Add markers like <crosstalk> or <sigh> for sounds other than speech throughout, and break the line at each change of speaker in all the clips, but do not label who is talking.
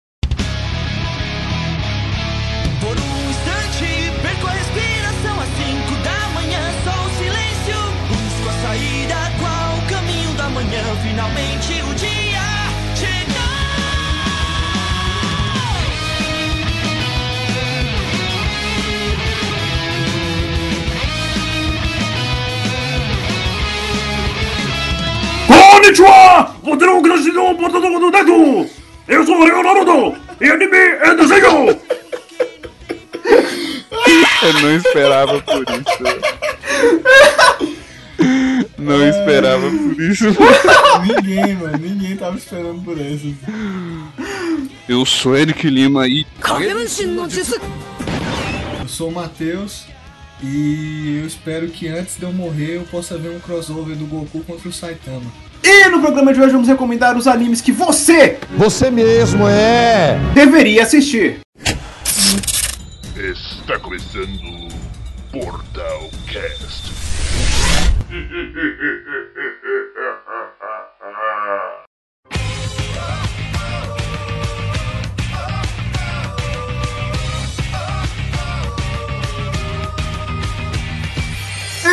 um Finalmente o dia chegou.
Konnichiwa! Você é o grande do portador do Neto! Eu sou o Mario Naruto! E anime é desenho!
Eu não esperava por isso. Não esperava por isso.
Ninguém, mano, ninguém tava esperando por essa.
Eu sou Eric Lima e.
影分身の術
Eu sou o Matheus e eu espero que antes de eu morrer eu possa ver um crossover do Goku contra o Saitama.
E no programa de hoje vamos recomendar os animes que você,
Você mesmo é!
deveria assistir.
Está começando Portal Cast.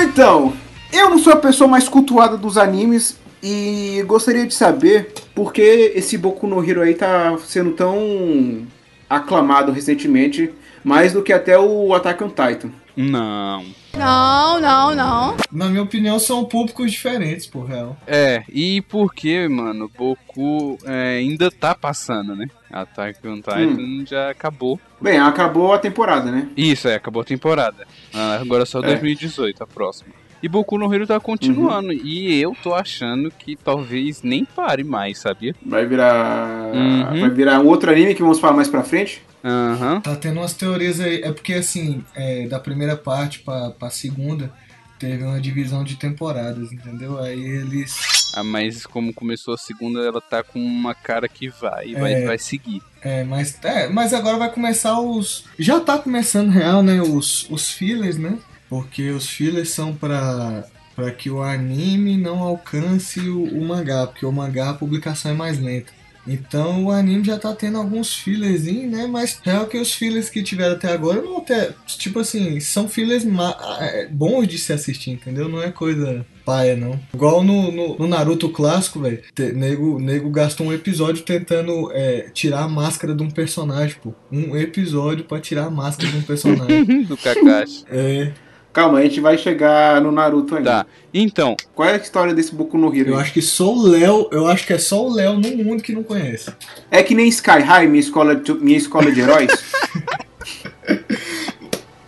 Então, eu não sou a pessoa mais cultuada dos animes e gostaria de saber por que esse Boku no Hero aí tá sendo tão aclamado recentemente, mais do que até o Attack on Titan.
Não.
Não, não, não.
Na minha opinião, são públicos diferentes, por real.
É, e por que, mano, Boku é, ainda tá passando, né? Attack on Titan já acabou.
Bem, acabou a temporada, né?
Isso, é, acabou a temporada. Ah, agora é só 2018, a próxima. E Boku no Hero tá continuando. E eu tô achando que talvez nem pare mais, sabia?
Vai virar.
Uhum.
Vai virar um outro anime que vamos falar mais pra frente.
Aham.
Tá tendo umas teorias aí. É porque, assim, é, da primeira parte pra, pra segunda, teve uma divisão de temporadas, entendeu? Aí eles.
Ah, mas como começou a segunda, ela tá com uma cara que vai,
É.
vai, vai seguir.
É, mas, é, mas agora vai começar os. Já tá começando, real, né? Os, os fillers, né? Porque os fillers são pra, pra que o anime não alcance o, o mangá, porque o mangá a publicação é mais lenta. Então o anime já tá tendo alguns fillers, né? Mas real que os fillers que tiveram até agora não até. Tipo assim, são fillers ma- é, bons de se assistir, entendeu? Não é coisa paia, não. Igual no, no, no Naruto clássico, velho. te- Nego, nego gastou um episódio tentando é, tirar a máscara de um personagem, pô. Um episódio pra tirar a máscara de um
<laughs>
personagem.
Do Kakashi.
<laughs> é,
Calma, a gente vai chegar no Naruto ainda.
tá. Então,
Qual é a história desse Boku no Hero?
eu
aí?
acho que só o Léo, eu acho que é só o Léo no mundo que não conhece.
É que nem Sky High, minha escola de, minha escola de
<laughs>
heróis.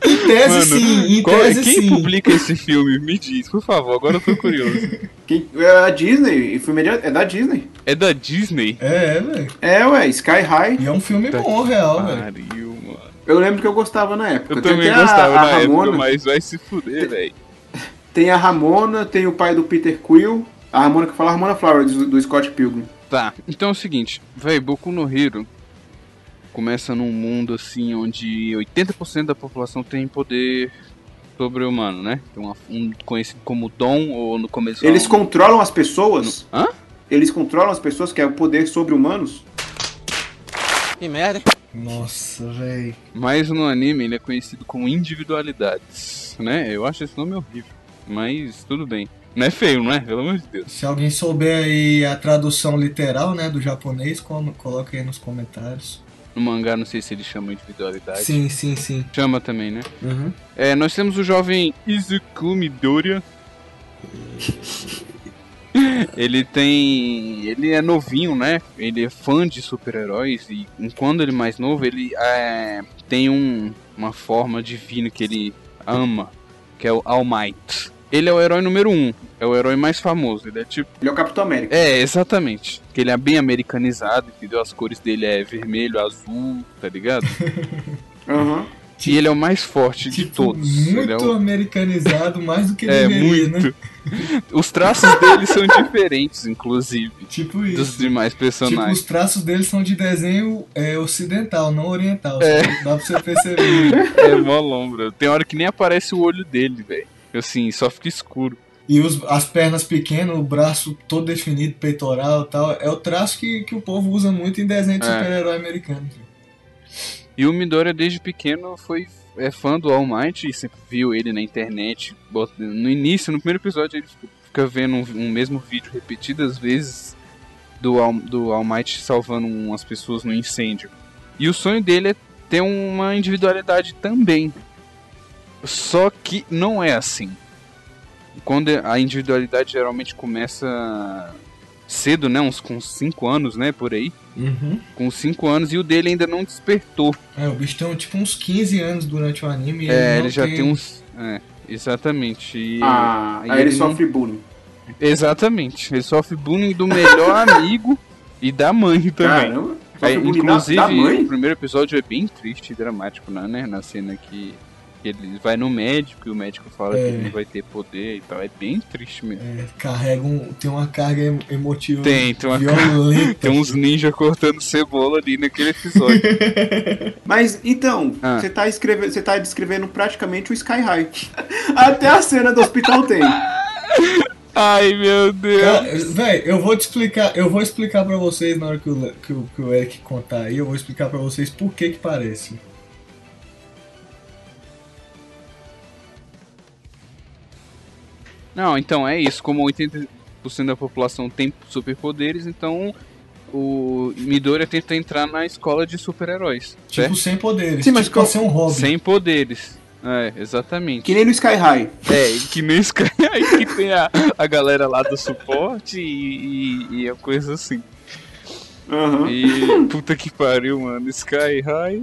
Em tese
mano,
sim, em
qual-
tese
quem
sim.
publica esse filme? Me diz, por favor, agora eu tô
<laughs>
curioso.
Quem- é a Disney, e filme é de- é da Disney.
É da Disney?
É, é, velho.
É, ué, Sky High.
E é um filme
Puta
bom,
que
real, velho.
Pariu, mano.
Eu lembro que eu gostava na época.
Eu,
Tem
também
até
gostava
a, a
na
Ramona,
época, mas vai se fuder, velho.
Tem a Ramona, tem o pai do Peter Quill. A Ramona que eu falo, a Ramona Flowers, do, do Scott Pilgrim.
Tá, então é o seguinte, véi, Boku no Hero começa num mundo assim onde 80% da população tem poder sobre-humano, né? Tem uma- um conhecido como Dom, ou no começo... é
Eles controlam as pessoas.
um- Hã?
Eles controlam as pessoas, que é o poder sobre humanos.
Nossa, velho.
Mas no anime ele é conhecido como individualidades, né? Eu acho esse nome horrível, mas tudo bem. Não é feio, não é? Pelo amor de Deus.
Se alguém souber aí a tradução literal, né, do japonês, como, coloca aí nos comentários.
No mangá não sei se ele chama individualidade.
Sim, sim, sim.
Chama também, né?
Uhum.
É, nós temos o jovem Izuku
<laughs>
Midoriya. ele tem. Ele é novinho, né? Ele é fã de super-heróis e quando ele é mais novo, ele é, tem um- uma forma divina que ele ama, que é o All Might. Ele é o herói número um, é o herói mais famoso. Ele é tipo.
Ele é o Capitão América.
É, exatamente. Que ele é bem americanizado, entendeu? As cores dele é vermelho, azul, tá
<laughs>
ligado?
Aham.
e ele é o mais forte de
Tipo,
todos. Ele é
muito
o-
americanizado, mais do que
<laughs> É,
deveria,
muito.
né?
Os traços dele são diferentes, inclusive,
Tipo
dos
isso.
demais
Tipo, <laughs>
personagens.
os traços dele são de desenho é, ocidental, não oriental. sabe? Dá pra você
<laughs>
perceber.
É mó lombra. Tem hora que nem aparece o olho dele, velho. Assim, só fica escuro.
E os, as pernas pequenas, o braço todo definido, peitoral e tal. É o traço que, que o povo usa muito em desenho de
É.
super-herói americano.
E o Midoriya, desde pequeno, foi é fã do All Might e sempre viu ele na internet. Bota- No início, no primeiro episódio, ele fica vendo um, um mesmo vídeo repetidas vezes do, Al- do All Might salvando umas pessoas no incêndio. E o sonho dele é ter uma individualidade também. Só que não é assim. Quando a individualidade geralmente começa cedo, né? Uns com 5 anos, né? Por aí.
Uhum.
Com 5 anos e o dele ainda não despertou.
É, o bicho tem tipo uns 15 anos durante o anime. e
É,
não
ele já tem uns. É, exatamente. E-
Ah,
e
aí ele
não-
sofre bullying.
Exatamente. Ele sofre bullying do melhor
<laughs>
amigo e da mãe também.
Caramba.
É,
Sofre bullying da-
inclusive,
da
o
mãe?
primeiro episódio é bem triste e dramático, né? né? Na cena que ele vai no médico e o médico fala
É.
que ele não vai ter poder e tal. É bem triste mesmo.
É, carrega um, tem uma carga emo- emotiva
Tem, tem uma
violenta.
<laughs> Tem uns ninjas cortando cebola ali naquele episódio.
<laughs> Mas então,
Ah.
você tá escrevendo, você tá descrevendo praticamente o Sky High. <laughs> Até a cena do hospital tem.
Ai, meu Deus.
Cara, Véi, eu vou te explicar, eu vou explicar pra vocês na hora que o, Le- que o, que o Eric contar aí, eu vou explicar pra vocês por que que parece.
Não, então é isso. Como 80% da população tem superpoderes, então o Midoriya tenta entrar na escola de super-heróis.
Tipo,
certo?
sem poderes.
Sim, mas
tipo
qual-
pra ser um hobby.
Sem poderes. É, exatamente.
Que nem no Sky High.
É, e que <laughs> nem Sky, aí que tem a, a galera lá do suporte e, e, e a coisa assim.
Aham.
E puta que pariu, mano. Sky High.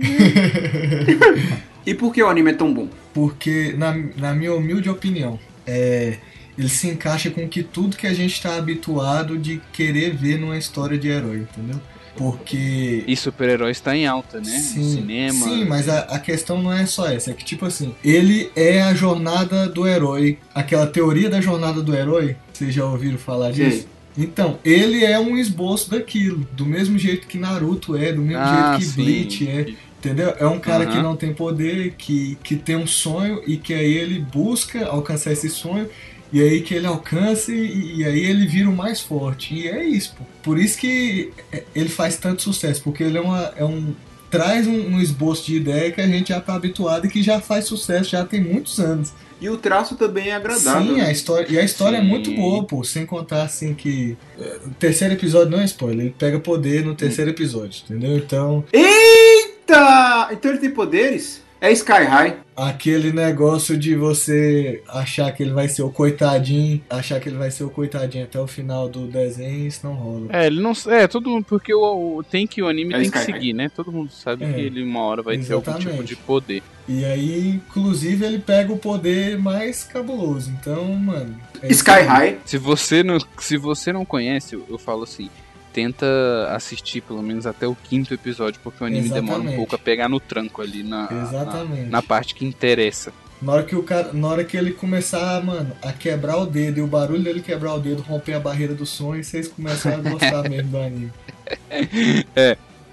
E por que o anime é tão bom?
Porque, na, na minha humilde opinião, é, ele se encaixa com que tudo que a gente tá habituado de querer ver numa história de herói, entendeu? Porque
E super-herói está em alta, né? no cinema.
Sim, mas a, a questão não é só essa. É que, tipo assim, ele é a jornada do herói. Aquela teoria da jornada do herói. Vocês já ouviram falar
Sim.
disso? Então, ele é um esboço daquilo. Do mesmo jeito que Naruto é, do mesmo
ah,
jeito que
sim.
Bleach é. Entendeu? É um cara que
Aham.
não tem poder, que, que tem um sonho e que aí ele busca alcançar esse sonho. E aí que ele alcança e, e aí ele vira o mais forte. E é isso, pô. Por isso que é- ele faz tanto sucesso, porque ele é, uma, é um. traz um, um esboço de ideia que a gente já tá habituado e que já faz sucesso, já tem muitos anos.
E o traço também é agradável.
Sim, a história, e a história é
né? Sim.
muito boa, pô. Sem contar assim que. eh, O terceiro episódio não é spoiler, ele pega poder no terceiro episódio, entendeu? Então.
Tá, então ele tem poderes? É Sky High.
Aquele negócio de você achar que ele vai ser o coitadinho, achar que ele vai ser o coitadinho até o final do desenho, isso não rola.
É, ele não. É, todo mundo. Porque o, o- tem que o anime
É
tem que
Sky High.
seguir, né? Todo mundo sabe
É,
que ele uma hora vai ter algum tipo
exatamente.
de poder.
E aí, inclusive, ele pega o poder mais cabuloso. Então, mano. é isso
Sky
aí.
High.
Se você não, se você não conhece, eu, eu falo assim, tenta assistir pelo menos até o quinto episódio, porque o anime demora um
Exatamente.
pouco a pegar no tranco ali na, na,
Exatamente.
na parte que interessa.
Na hora que o cara, na hora que ele começar, mano, a quebrar o dedo e o barulho dele quebrar o dedo, romper a barreira do sonho, vocês começaram a gostar <laughs> mesmo do anime.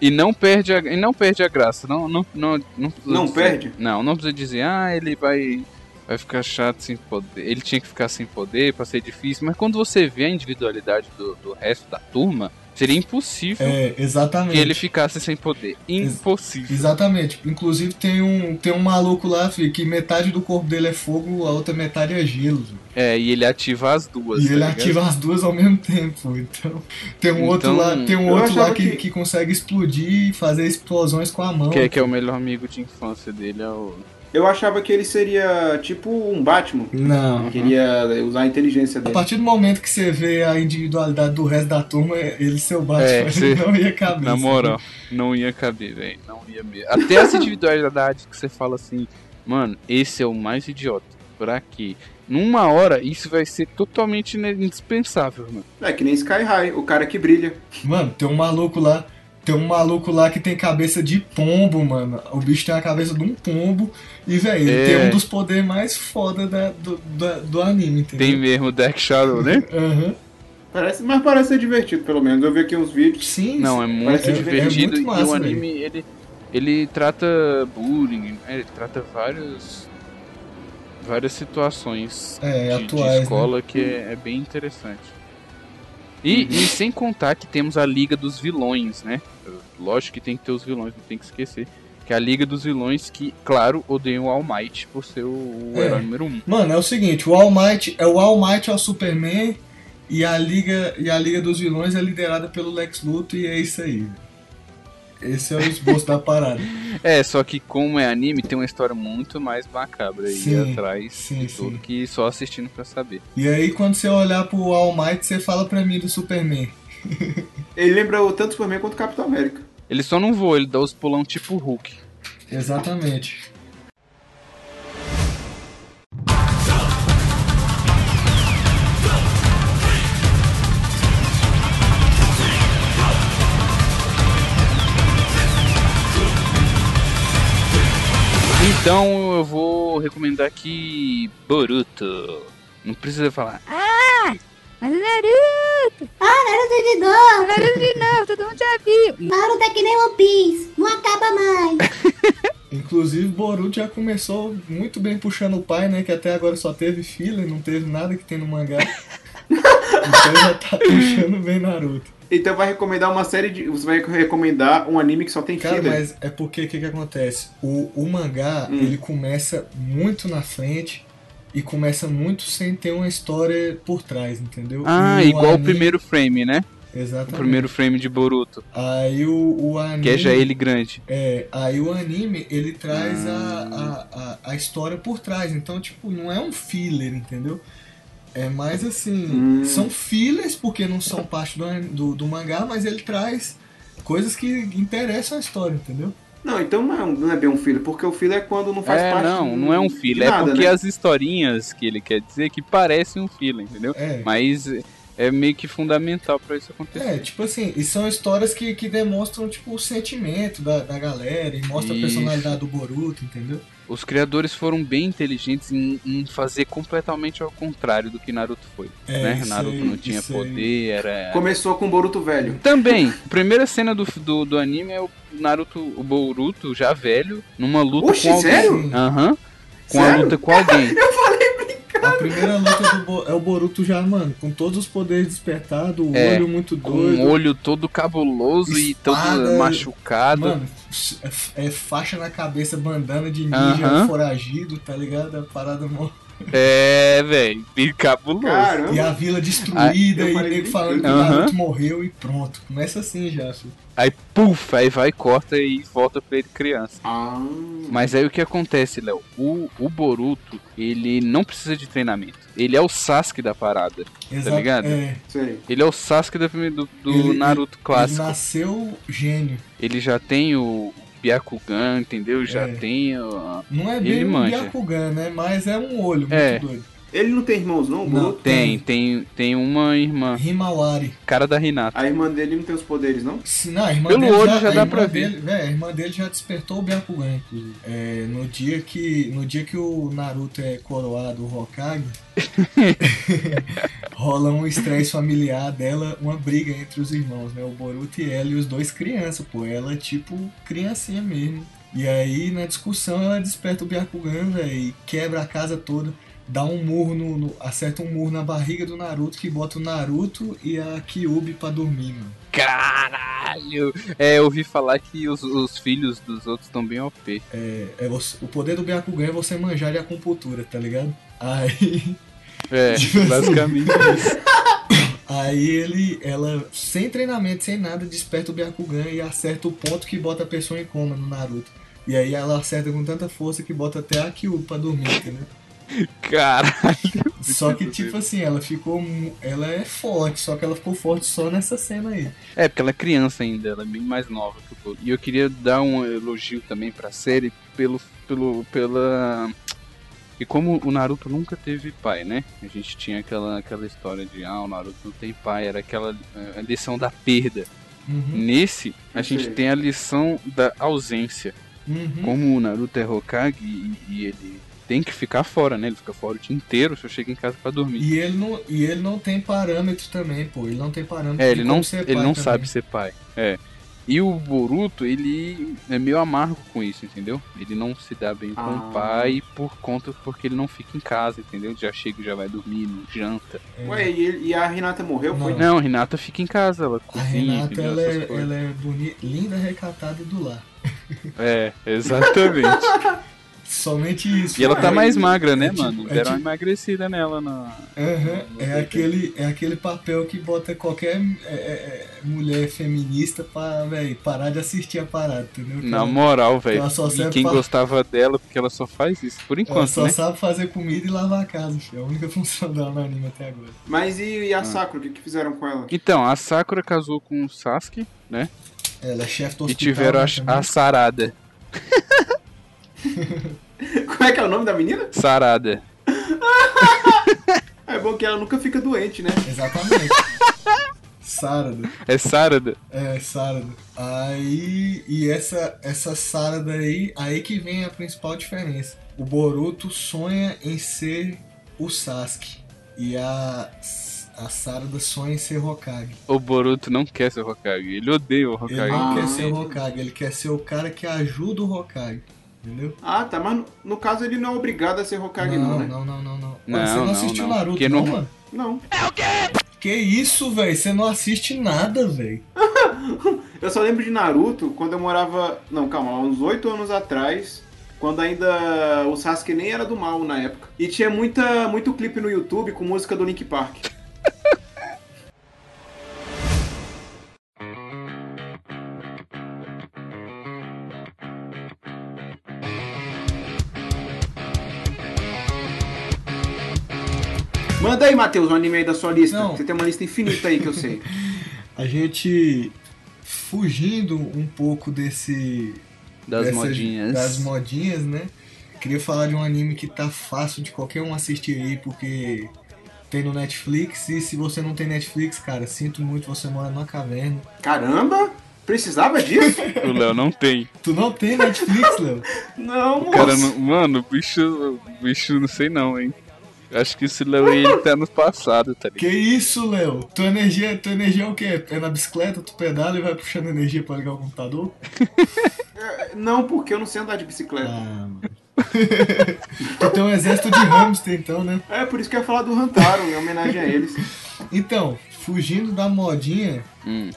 E não perde a, e não perde a graça, não não não não, precisa
Não
dizer-
perde?
Não, não precisa dizer, ah, ele vai vai ficar chato sem poder. Ele tinha que ficar sem poder pra ser difícil, mas quando você vê a individualidade do, do resto da turma, seria impossível
É, exatamente.
que ele ficasse sem poder. Impossível.
Exatamente. Inclusive tem um, tem um maluco lá, filho, que metade do corpo dele é fogo, a outra metade é gelo. filho.
É, e ele ativa as duas,
E
tá
ele
ligado?
ativa as duas ao mesmo tempo. <laughs> Então, tem um
Então,
outro lá, tem um
eu
outro lá
achava
que,
que-
que consegue explodir e fazer explosões com a mão.
Que, que é o melhor amigo de infância dele, é o.
Eu achava que ele seria tipo um Batman.
Não.
Queria usar a inteligência
A
dele.
partir do momento que você vê a individualidade do resto da turma, ele seu bate,
É,
<laughs> ele
cê-
não ia caber.
Na moral, não ia caber, velho. Não ia mesmo. Até essa individualidade que você fala assim, mano, esse é o mais idiota. Pra quê? Numa hora, isso vai ser totalmente ine- indispensável, mano.
É que nem Sky High, o cara que brilha.
Mano, tem um maluco lá. Tem um maluco lá que tem cabeça de pombo, mano. O bicho tem a cabeça de um pombo. E, velho, ele
É.
tem um dos poderes mais foda da- do, da- do anime,
Tem
entendeu?
mesmo o Dark Shadow, né?
Aham.
Parece, mas parece ser divertido, pelo menos. Eu vi aqui uns vídeos.
Sim,
Não, é
sim.
muito
Parece
é- é
divertido.
muito
e o
massa,
anime, ele, ele trata bullying, né? ele trata vários. Várias situações de,
É,
de
atuais,
escola que é, é bem interessante.
Uhum.
E, e sem contar que temos a Liga dos Vilões, né? Lógico que tem que ter os vilões, não tem que esquecer. Que é a Liga dos Vilões, que, claro, odeiam o All Might por ser o, o
É.
herói número 1. Um.
Mano, é o seguinte, o All Might é o All Might é o Superman e a Liga e a Liga dos Vilões é liderada pelo Lex Luthor e é isso aí. Esse é o esboço da parada.
É, só que como é anime, tem uma história muito mais macabra aí
Sim,
atrás
sim,
de tudo
sim.
que só assistindo pra saber.
E aí quando você olhar pro All Might, você fala pra mim do Superman.
Ele lembra o tanto Superman quanto o Capitão América.
Ele só não voa, ele dá os pulão tipo Hulk.
Exatamente.
Então eu vou recomendar aqui Boruto. Não precisa falar.
Mas o Naruto!
Ah, Naruto de novo!
Naruto de novo, todo mundo já viu.
Naruto é que nem One Piece, não acaba mais!
Inclusive, Boruto já começou muito bem puxando o pai, né? Que até agora só teve filler, não teve nada que tem
<laughs>
no mangá. então já tá puxando bem Naruto.
Então vai recomendar uma série de. Você vai recomendar um anime que só tem
Cara,
filler.
mas é porque o que, que acontece? O, o mangá,
Hum.
ele começa muito na frente e começa muito sem ter uma história por trás, entendeu?
Ah,
E
igual o
anime-
primeiro frame, né? O
Exatamente.
primeiro frame de Boruto,
Aí o, o anime.
que é já ele grande.
É, aí o anime, ele traz
Hum.
a, a, a, a história por trás. Então, tipo, não é um filler, entendeu? É mais assim.
Hum.
São fillers, porque não são parte do, an- do, do mangá, mas ele traz coisas que interessam a história, entendeu?
Não, então não é, um- não é bem um filler, porque o filler é quando não faz
é,
parte.
não, não é um
de
filler.
nada,
é porque
né?
as historinhas que ele quer dizer que parecem um filler, entendeu?
É.
Mas é meio que fundamental pra isso acontecer.
É, tipo assim, e são histórias que, que demonstram, tipo, o sentimento da, da galera e mostra
Isso.
a personalidade do Boruto, entendeu?
Os criadores foram bem inteligentes em, em fazer completamente ao contrário do que Naruto foi.
É,
né?
isso
Naruto
aí,
não tinha
isso aí.
poder, era.
Começou com o Boruto velho.
Também, a primeira cena do, do, do anime é o Naruto, o Boruto, já velho, numa luta
Oxi,
com alguém.
sério?
Aham. Com a
Sério?
luta com alguém.
A primeira luta do Bo- é o Boruto já, mano, com todos os poderes despertados, o
É,
olho muito
com o
doido.
olho todo cabuloso e todo
Espada.
machucado.
Mano, é, é faixa na cabeça, bandana de ninja,
Aham.
foragido, tá ligado? A parada mó...
É, velho, bem cabuloso.
Caramba.
E a vila destruída,
Ah, eu
e o
falei
nego
bem
falando que o
Aham.
Naruto morreu e pronto. Começa assim já, filho.
Aí, puf, aí vai, corta e volta pra ele criança.
Ah,
Mas aí o que acontece, Léo? O, o Boruto, ele não precisa de treinamento. Ele é o Sasuke da parada.
Exato,
Tá ligado?
É,
sei.
Ele é o Sasuke do, prime- do, do
Ele-
Naruto
ele
clássico.
nasceu gênio.
Ele já tem o Byakugan, entendeu? Já
É.
tem o...
Não é
Ele
bem um
manja.
Byakugan, né? Mas é um olho muito
É.
doido.
Ele não tem irmãos, não, o
Não.
Boruto?
Tem, tem, tem uma irmã.
Himawari.
Cara da Hinata.
A irmã dele não tem os poderes, não?
Se, não, a irmã
Pelo
dele
olho já
a
dá
irmã
pra ver.
dele, véi, a irmã dele já despertou o Byakugan, inclusive. É, no, dia que, no dia que o Naruto é coroado
<laughs>
o Hokage, rola um estresse familiar dela, uma briga entre os irmãos, né? O Boruto e ela, e os dois crianças, pô. Ela é tipo criancinha mesmo. E aí, na discussão, ela desperta o Byakugan, velho, e quebra a casa toda. Dá um murro no, no- Acerta um murro na barriga do Naruto que bota o Naruto e a Kyubi pra dormir, mano.
Caralho! É, eu ouvi falar que os, os filhos dos outros estão bem OP.
É você- o poder do Byakugan é você manjar de acupuntura, tá ligado? Aí, <laughs>
É, basicamente isso.
aí ele, ela, sem treinamento, sem nada, desperta o Byakugan e acerta o ponto que bota a pessoa em coma no Naruto. E aí ela acerta com tanta força que bota até a Kyu pra dormir, entendeu?
Caralho.
Só que, tipo assim, ela ficou. mu- Ela é forte, só que ela ficou forte só nessa cena aí.
É, porque ela é criança ainda, ela é bem mais nova que o Boruto. E eu queria dar um elogio também pra série pelo. pelo. pela. E como o Naruto nunca teve pai, né? A gente tinha aquela, aquela história de ah, o Naruto não tem pai, era aquela eh, lição da perda.
Uhum.
Nesse, a
Isso
gente
aí.
tem a lição da ausência.
Uhum.
Como o Naruto é Hokage e, e ele tem que ficar fora, né? Ele fica fora o dia inteiro, só chega em casa pra dormir.
E ele, não, e ele não tem parâmetro também, pô. Ele não tem parâmetro.
É,
de
ele
como
não,
ser
ele
pai
não
também.
sabe ser pai. É. E o Boruto, ele é meio amargo com isso, entendeu? Ele não se dá bem com
Ah.
o pai por conta porque ele não fica em casa, entendeu? Ele Já chega, já vai dormir, não janta.
É.
Ué, e, ele- e a Renata morreu? Foi?
Não.
Não, Renata fica em casa, ela
A
cozinha,
Renata,
entendeu?
ela
Essas
é,
coisas.
ela é boni- linda, recatada e do lar.
É, exatamente.
Somente isso.
E ela tá
Aí,
mais magra, né,
é tipo-
mano?
é
Deram uma
tipo-
emagrecida nela na.
Aham, é, aquele, é aquele papel que bota qualquer é, é, é, mulher feminista pra véi, parar de assistir a parada, entendeu? Então, Que
Na
ela-
moral, velho.
Ela só
E
serve
quem
pra-
gostava dela, porque ela só faz isso por
ela
enquanto,
só
né?
sabe fazer comida e lavar a casa, filho. É a única <laughs> função dela no anime até agora.
Mas e,
Ah.
e a Sakura, o que, que fizeram com ela? <laughs>
Então, a Sakura casou com o Sasuke, né?
Ela é chefe do
E
hospital.
tiveram
né,
a,
também.
a Sarada.
Como é que é o nome da menina?
Sarada.
É bom que ela nunca fica doente, né?
Exatamente.
<laughs>
Sarada.
É Sarada?
É, Sarada. Aí. E essa, essa Sarada aí, aí que vem a principal diferença. O Boruto sonha em ser o Sasuke. E a. A Sarada sonha em ser Hokage.
O Boruto não quer ser Hokage. Ele odeia o Hokage.
Ele não
Ah,
quer ser
entendi.
Hokage, ele quer ser o cara que ajuda o Hokage. Entendeu?
Ah, tá, mas no, no caso ele não é obrigado a ser Hokage, não,
não,
né?
não, não, não, não.
Não,
Mano, você não,
não,
assistiu
não.
Naruto,
Porque
não,
não-
mano?
Não.
Que isso, velho? Você não assiste nada, velho.
Eu só lembro de Naruto quando eu morava. Não, calma, lá, uns oito anos atrás. Quando ainda o Sasuke nem era do mal na época. E tinha muita, muito clipe no YouTube com música do Link Park. Manda aí, Matheus, um anime aí da sua lista.
Não.
Você tem uma lista infinita aí que eu sei.
A gente fugindo um pouco desse
Das
dessas-
modinhas.
das modinhas, né? Queria falar de um anime que tá fácil de qualquer um assistir aí, porque tem no Netflix. E se você não tem Netflix, cara, sinto muito, você mora numa caverna.
Caramba! Precisava disso?
O Léo não tem.
Tu não
<laughs>
tem Netflix, Léo?
Não,
O
moço.
cara não. Mano, o bicho. o bicho não sei não, hein? Acho que esse Léo aí ele tá no passado, tá ligado?
Que isso, Léo? Tua energia, tua energia é o quê? É na bicicleta, tu pedala e vai puxando energia pra ligar o computador?
Não, porque eu não sei andar de bicicleta.
Ah, mano. <laughs> tu tem um exército de hamster então, né?
É, por isso que eu ia falar do Rantaro, em homenagem a eles.
Então, fugindo da modinha,
Hum.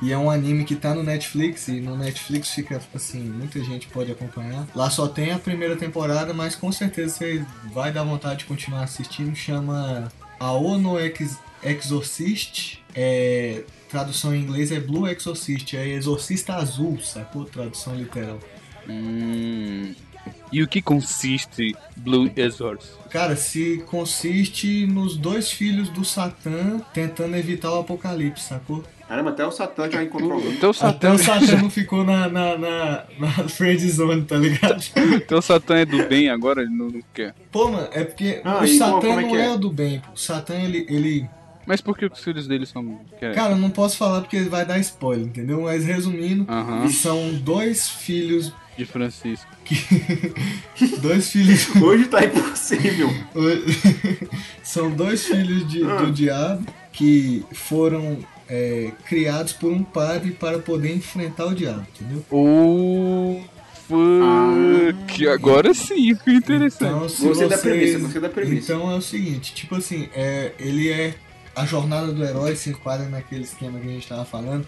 e é um anime que tá no Netflix, e no Netflix fica assim, muita gente pode acompanhar. Lá só tem a primeira temporada, mas com certeza você vai dar vontade de continuar assistindo. Chama Aono Ex Exorcist. É, tradução em inglês é Blue Exorcist, é Exorcista Azul, sacou? Tradução literal.
Hum. E o que consiste Blue Exorcist?
Cara, se consiste nos dois filhos do Satã tentando evitar o apocalipse, sacou?
Caramba, até o Satã já encontrou alguém.
Então o
Até
Satã,
o Satã não ficou na, na, na, na friend zone, tá ligado?
então o Satã é do bem agora, ele não, não quer.
Pô, mano, é porque
Ah,
o
e
Satã
como é
não
que
é?
é?
o do bem. pô. O Satã, ele, ele.
Mas por que os filhos dele são. quer-
Cara, eu não posso falar porque vai dar spoiler, entendeu? Mas resumindo,
Aham,
são dois filhos. <laughs>
de Francisco.
Dois filhos. <laughs>
Hoje tá impossível.
são dois filhos de-
Ah.
do diabo que foram é, criados por um padre para poder enfrentar o diabo, entendeu?
Oh, fuck. Agora sim, que interessante.
Ah. Então, se
Gostei é da
vocês-
premissa, gostei da premissa.
Então é o seguinte, tipo assim, é, ele é. A jornada do herói se enquadra naquele esquema que a gente tava falando.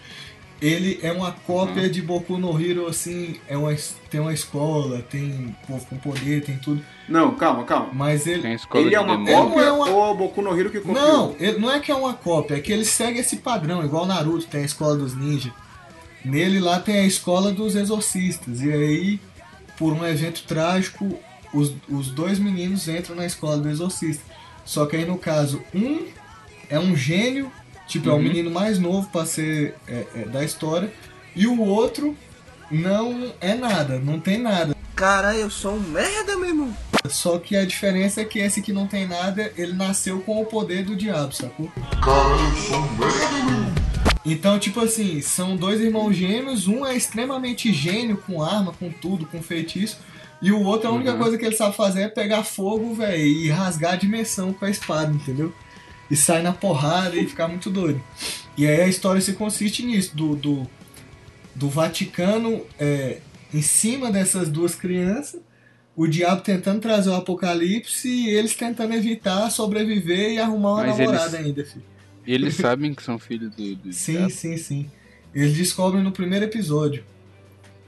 Ele é uma cópia de Boku no Hero, assim, é uma, es- tem uma escola, tem um povo com poder, tem tudo.
Não, calma, calma.
Mas ele.
Tem a escola
Ele
de
é uma
demônio.
cópia
Como é uma-
ou é o Boku no Hero que copiou?
Não, ele- não é que é uma cópia, é que ele segue esse padrão, igual Naruto tem a escola dos ninjas. Nele lá tem a escola dos exorcistas. E aí, por um evento trágico, os, os dois meninos entram na escola do exorcista. Só que aí, no caso, um é um gênio, tipo, é o menino mais novo pra ser é, é, da história, e o outro não é nada, não tem nada.
Cara, eu sou um merda, meu irmão.
Só que a diferença é que esse que não tem nada, ele nasceu com o poder do diabo, sacou? Então, tipo assim, são dois irmãos gêmeos, um é extremamente gênio com arma, com tudo, com feitiço, e o outro a única coisa que ele sabe fazer é pegar fogo, velho, e rasgar a dimensão com a espada, entendeu? E sai na porrada e ficar muito doido. E aí a história se consiste nisso, do, do, do Vaticano é, em cima dessas duas crianças o diabo tentando trazer o apocalipse e eles tentando evitar, sobreviver e arrumar uma
Mas
namorada
eles-
ainda, filho.
E eles sabem que são filhos do. do
Sim, sim, sim. Eles descobrem no primeiro episódio.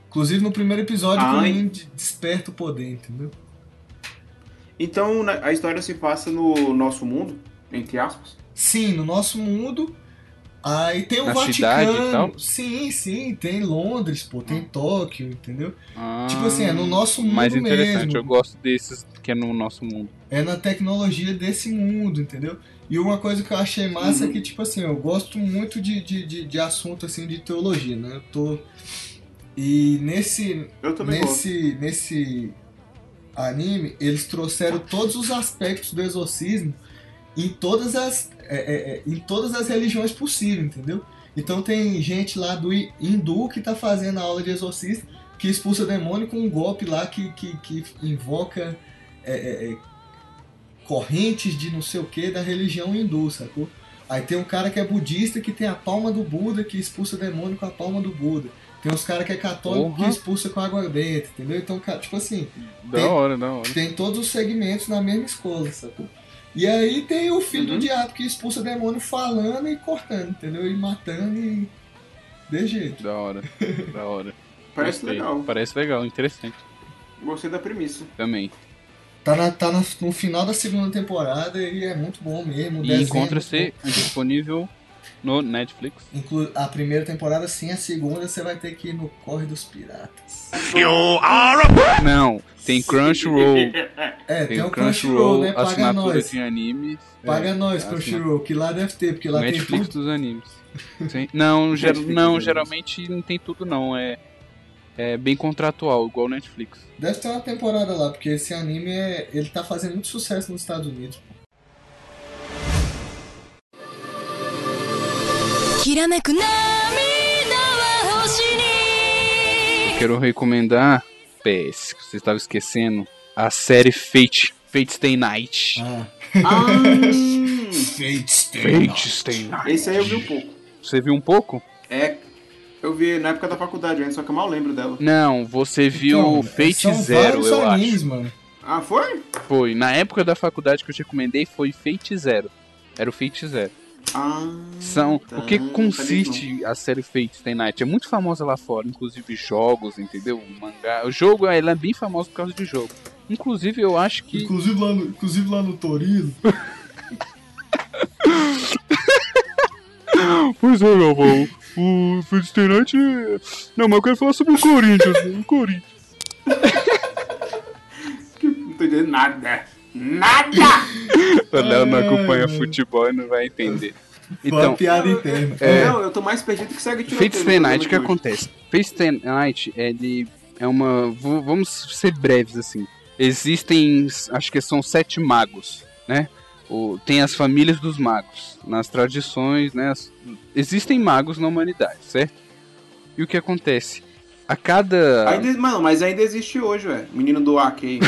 Inclusive no primeiro episódio, que o
Ai.
menino de- desperta o poder, entendeu?
Então na- a história se passa no nosso mundo, entre aspas.
Sim, no nosso mundo. Aí tem o
Na cidade
Vaticano.
e tal?
Sim, sim, tem Londres, pô, tem Tóquio, entendeu?
Ah,
Tipo assim, é no nosso mundo
Mais interessante,
mesmo.
eu gosto desses que é no nosso mundo.
é na tecnologia desse mundo, entendeu? E uma coisa que eu achei massa é que, tipo assim, eu gosto muito de, de, de, de assunto assim de teologia, né? Eu tô. E nesse,
Eu também gosto.
nesse, nesse anime, eles trouxeram todos os aspectos do exorcismo em todas as, é, é, é, em todas as religiões possíveis, entendeu? Então tem gente lá do hi- hindu que tá fazendo a aula de exorcista, que expulsa demônio com um golpe lá que, que, que invoca é, é, é, correntes de não sei o que da religião hindu, sacou? Aí tem um cara que é budista que tem a palma do Buda que expulsa demônio com a palma do Buda. Tem uns caras que é católico
Porra.
que expulsa com água benta, entendeu? Então, cara, tipo assim, Tem-
Da hora, da hora.
tem todos os segmentos na mesma escola, sacou? E aí tem o filho do diabo que expulsa demônio falando e cortando, entendeu? E matando e. De jeito.
Da hora, da
<laughs>
hora.
Parece
Gostei.
legal.
Parece legal, interessante
Gostei da premissa.
também.
Tá, na- tá na- no final da segunda temporada e é muito bom mesmo. o
E
desenho é muito
encontra-se disponível no Netflix.
bom. Inclu- a primeira temporada sim, a segunda você vai ter que ir no Corre dos Piratas.
Não, tem Crunchyroll.
É, tem,
Tem
o
o
Crunchyroll,
Crunchyroll,
né? Paga
assinatura
nós.
de animes.
Paga
É,
nós,
assina-
Crunchyroll, que lá deve ter, porque lá tem
Netflix
tudo.
dos
<laughs>
animes. Sim. Não, ger-
Netflix
não,
dos animes.
geralmente não tem tudo não. É, é bem contratual, igual Netflix.
Deve ter uma temporada lá, porque esse anime é, ele tá fazendo muito sucesso nos Estados Unidos.
きらめく涙は星に
Quero recomendar, PS, que você estava esquecendo, a série Fate. Fate Stay Night.
Ah,
Ah,
Fate Stay
Fate Stay Night.
esse aí eu vi um pouco.
Você viu um pouco?
É, eu vi na época da faculdade, ainda, só que eu mal lembro dela.
Não, você viu
Então,
Fate Zero, eu acho.
mano.
Ah, foi?
Foi. Na época da faculdade que eu te recomendei foi Fate Zero. Era o Fate Zero.
Ah,
São,
tá,
o que
não sabia disso
consiste a série Fate Stay Night? É muito famosa lá fora, inclusive jogos, entendeu? Mangá. O jogo, ela é bem famosa por causa de jogo. Inclusive, eu acho que.
Inclusive lá no, inclusive lá no Torino.
<laughs> Pois é, meu avô. O Fate Stay Night. é- Não, mas eu quero falar sobre o Corinthians. né? O Corinthians.
não. Não tô entendendo nada. Nada!
O Léo não acompanha futebol e não vai entender.
Foi
Então,
uma <laughs> piada interna.
É.
Não, eu tô mais perdido que segue de
Fate Stay Night, o que acontece? Fate Stay Night, ele é uma. v- Vamos ser breves assim. Existem, acho que são sete magos, né? O- tem as famílias dos magos, nas tradições, né? As- existem magos na humanidade, certo? E o que acontece? A cada.
Ainda, mano, mas ainda existe hoje, velho. Menino do
<laughs>
Aki.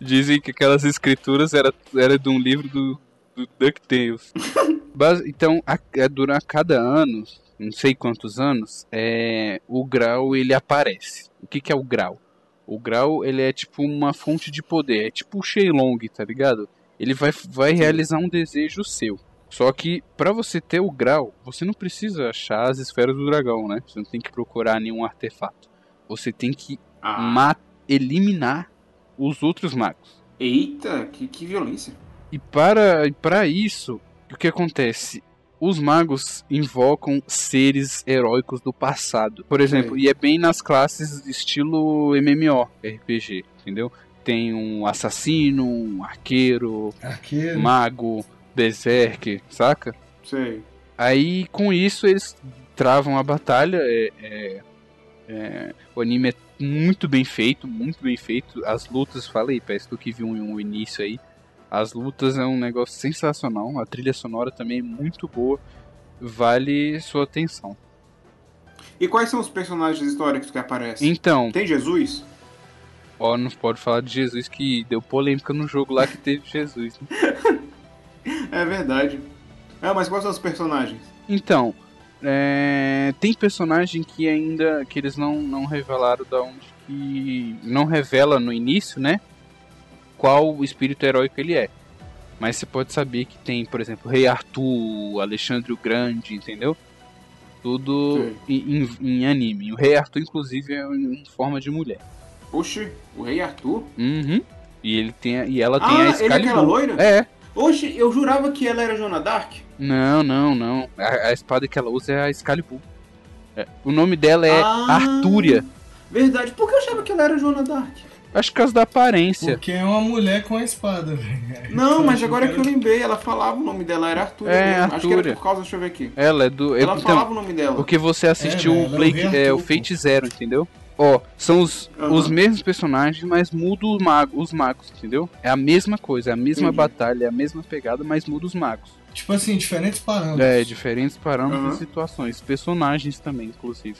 Dizem que aquelas escrituras era, era de um livro do, do DuckTales. Bas- então, a, a- durante cada ano, não sei quantos anos, é, o grau ele aparece. O que, que é o grau? O grau ele é tipo uma fonte de poder, é tipo o Shenlong, tá ligado? Ele vai, vai realizar um desejo seu. Só que pra você ter o grau, você não precisa achar as esferas do dragão, né? Você não tem que procurar nenhum artefato. Você tem que
Ah,
ma- eliminar os outros magos.
eita, que, que violência.
E para, e para isso, o que acontece? Os magos invocam seres heróicos do passado. Por exemplo, e é bem nas classes estilo MMORPG, entendeu? Tem um assassino, um arqueiro, um
Aqui,
mago, berserk, saca?
Sei.
Aí com isso eles travam a batalha. é- é- é, o anime é muito bem feito, muito bem feito. As lutas, falei, parece que eu que vi um, um início aí. As lutas é um negócio sensacional. A trilha sonora também é muito boa. Vale sua atenção.
E quais são os personagens históricos que aparecem?
Então,
Tem Jesus?
ó, não pode falar de Jesus que deu polêmica no jogo lá que teve Jesus. né?
É verdade. É, mas quais são os personagens?
Então, é, tem personagem que ainda que eles não, não revelaram da onde que não revela no início, né? Qual o espírito heróico ele é. Mas você pode saber que tem, por exemplo, Rei Arthur, Alexandre o Grande, entendeu? Tudo em, em- em anime. O Rei Arthur, inclusive, é em forma de mulher.
Oxi, o Rei Arthur?
Uhum. E, ele tem, a- e ela tem
Ah,
a
ele é
Excalibur.
aquela loira?
É.
Oxi, eu jurava que ela era Joana Dark.
Não, não, não. A, a espada que ela usa é a Excalibur. É, o nome dela é
Ah.
Artúria.
Verdade, por que eu achava que ela era Joana Dark?
Acho que é por causa da aparência.
Porque é uma mulher com a espada, velho. Tipo,
Não, mas
Eu
agora que eu
quero-
lembrei, ela falava o nome dela, era Arthur.
É,
mesmo. Acho que era
Arthúria.
por causa, deixa eu ver aqui.
Ela é do. é-
Ela
então,
falava o nome dela.
porque você assistiu
velho,
o,
ela
Play,
é o Rei
é, o
Arthur,
Fate Zero, entendeu? Ó, são os,
Aham.
os mesmos personagens, mas muda os, mago, os magos, entendeu? É a mesma coisa, é a mesma
Entendi.
batalha, é a mesma pegada, mas muda os magos.
Tipo assim, diferentes parâmetros.
É, diferentes parâmetros
Aham.
e situações. Personagens também, inclusive.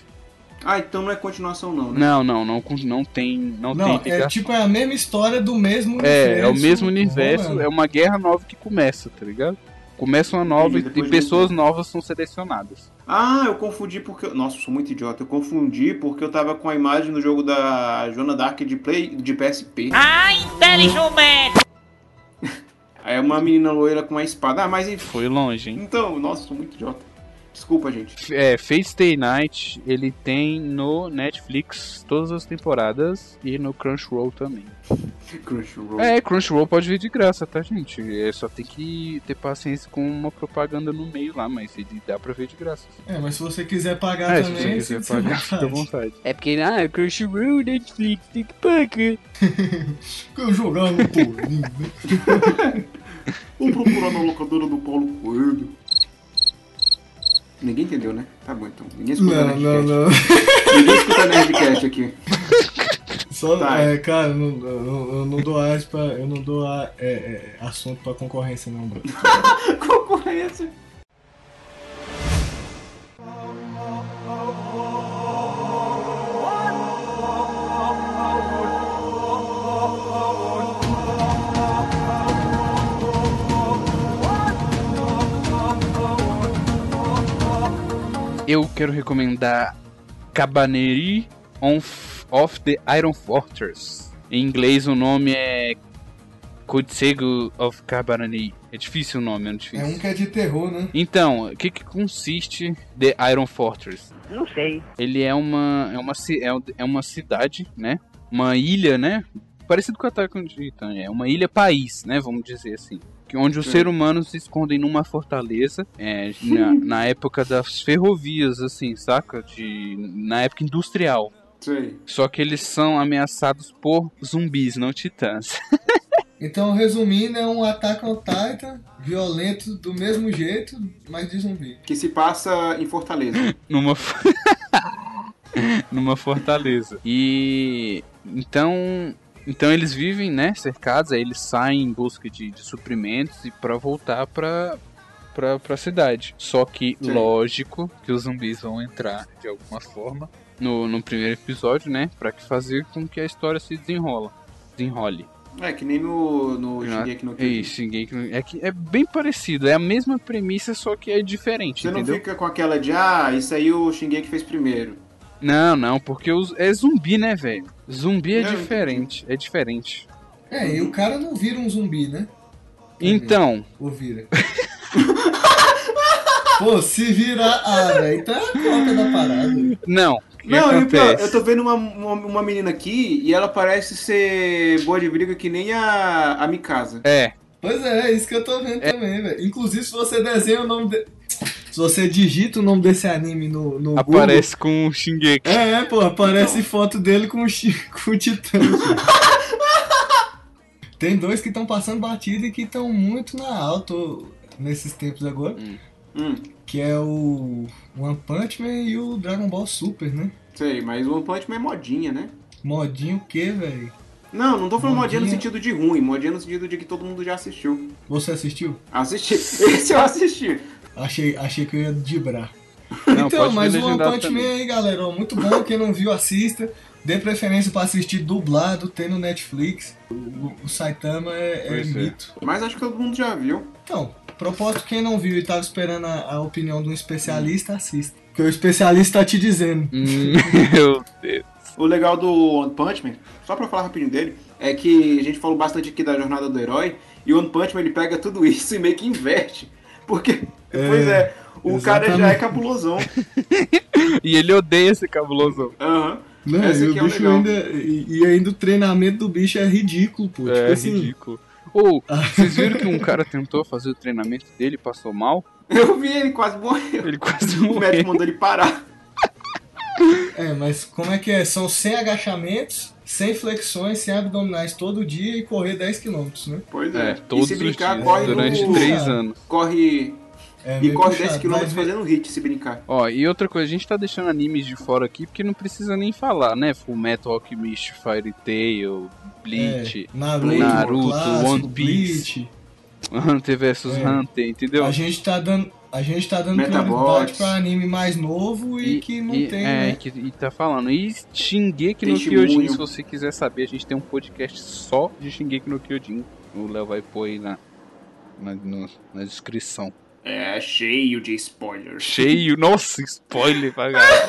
Ah, então não é continuação não, né?
Não, não, não, con- não tem. Não,
Não,
tem
é
ligação.
tipo é a mesma história do mesmo
É, é o
universo.
mesmo
Pô,
universo,
velho.
é uma guerra nova que começa, tá ligado? Começa uma nova
Entendi,
e-
depois de
e
um
pessoas novas são selecionadas.
Ah, eu confundi porque... eu- Nossa, eu sou muito idiota. Eu confundi porque eu tava com a imagem do jogo da Joana Dark de Play... de PSP.
Ah, inteligente!
Aí é uma menina loira com uma espada. Ah, mas enfim.
Foi longe, hein?
Então, nossa, eu sou muito idiota. Desculpa, gente.
F- É, Fate Day Night, ele tem no Netflix todas as temporadas e no Crunchyroll também.
Crunchyroll.
É, Crunchyroll pode vir de graça, tá, gente? É, só tem que ter paciência com uma propaganda no meio lá, mas ele dá pra ver de graça.
É, mas se você quiser pagar
É, se você
também,
quiser
fica à
pagar, fica à
vontade.
vontade. É porque, ah, Crunchyroll, Netflix, tem que
Eu jogar
<laughs>
no Torinho, né?
Vou procurar na Um locadora do Paulo Coelho. Ninguém entendeu, né? Tá bom, então. Ninguém escuta
Não, não,
Nerdcast.
não.
Ninguém escuta Nerdcast
<laughs>
aqui.
Só,
Tá.
é, cara, eu não, eu não- eu não dou as pra, eu não dou a- é, é, assunto pra concorrência, não, bro. é
Concorrência.
Eu quero recomendar Cabaneri of, of the Iron Fortress. Em inglês o nome é Kotsego of Cabaneri. É difícil o nome, é
É
difícil.
um que é de terror, né?
Então, o que, que consiste The Iron Fortress? Não sei. Ele é uma, é uma, ci- é um- é uma cidade, né? Uma ilha, né? Parecido com o Attack on Titan, é uma ilha-país, né? Vamos dizer assim. Que onde os
Sim.
seres humanos se escondem numa fortaleza, é, na, na época das ferrovias, assim, saca? De, na época industrial.
Sei.
Só que eles são ameaçados por zumbis, não titãs.
Então, resumindo, é um ataque ao Titan, violento do mesmo jeito, mas de zumbi.
Que se passa em Fortaleza.
numa fo- <laughs> numa fortaleza. E então então eles vivem, né, cercados, aí eles saem em busca de, de suprimentos e pra voltar pra pra, pra cidade. Só que
Sim.
lógico que os zumbis vão entrar de alguma forma no, no primeiro episódio, né, Pra que fazer com que a história se desenrola, desenrole.
É, que nem no, no
Já-
Shingeki no
É
Kyojin.
isso, ninguém é que é bem parecido, é a mesma premissa só que é diferente,
Você não
entendeu?
fica com aquela de, ah, isso aí o Shingeki fez primeiro.
Não, não, porque os- é zumbi, né, velho? Zumbi é
Não,
diferente, é diferente.
É, e
Uhum.
o cara não vira um zumbi, né?
Então,
Ou vira? <laughs> Pô, se virar, ah, velho, então é a conta da parada.
não, o que
não, e o pior,
acontece?
eu tô vendo uma, uma, uma menina aqui e ela parece ser boa de briga que nem a, a Mikasa.
É,
Pois é, é isso que eu tô vendo também, velho. Inclusive, se você desenha o nome de... Se você digita o nome desse anime no, no
aparece com o Shingeki.
<laughs>
Google... É, é, pô, aparece foto dele com o, chi... <laughs> com o Titã. Tem dois que estão passando batida e que estão muito na alta nesses tempos agora.
Hum,
Que é o One Punch Man e o Dragon Ball Super, né?
sei, mas o One Punch Man é modinha, né?
Modinho o quê, velho?
Não, não tô falando modinha no
Modinha.
sentido de ruim, modinha no sentido de que todo mundo já assistiu.
Você assistiu?
Assisti, <laughs> esse eu assisti.
Achei, achei que eu ia dibrar.
Não,
então,
pode
mas
me
o One
legendar
Punch Man
também.
aí, galera, ó, muito bom. Quem não viu, assista. Dê preferência pra assistir dublado, tem no Netflix. O, o Saitama é, é
Pois é.
mito.
Mas acho que todo mundo já viu.
Então, propósito, quem não viu e tava esperando a, a opinião de um especialista, assista. Porque o especialista tá te dizendo.
<laughs> Hum, Meu Deus.
O legal do One Punch Man, só pra falar rapidinho dele, é que a gente falou bastante aqui da jornada <laughs> do herói, e o One Punch Man ele pega tudo isso e meio que inverte. Porque, pois é, O cara já é
Exatamente.
cabulosão.
E ele odeia esse cabulosão.
Aham.
Não,
Essa
Né? e o
aqui é o
bicho
legal.
ainda. E, e ainda o treinamento do bicho é ridículo, pô. tipo
É
assim,
ridículo. Ou, vocês viram que um cara tentou fazer o treinamento dele e passou mal?
Eu vi ele quase morreu. <laughs>
Ele quase
O médico
morreu.
mandou ele parar.
É, mas como é que é? São 100 agachamentos, 100 flexões, 100 abdominais todo dia e correr 10km, né?
Pois é.
É, todos
e se
os
brincar,
dias,
corre
durante
no...
três anos.
Corre.
É
e
meio
corre
puxado,
10km
mas- é-
fazendo um hit se brincar.
Ó, e outra coisa, a gente tá deixando animes de fora aqui porque não precisa nem falar, né? Full Metal Alchemist, Fairy Tail, Bleach,
É, Naruto,
Naruto,
clássico,
One Piece.
Bleach.
<laughs> Hunter vs
É.
Hunter, entendeu?
A gente tá dando, a gente tá dando prioridade
Metabots.
pra anime mais novo e, que não
e-
tem,
é,
né?
que, e tá falando. E Shingeki no
Testemunho.
Kyojin, se você quiser saber, a gente tem um podcast só de Shingeki no Kyojin. O Léo vai pôr aí na, na, no- na descrição.
É cheio de spoilers.
Cheio, nossa, spoiler pra galera.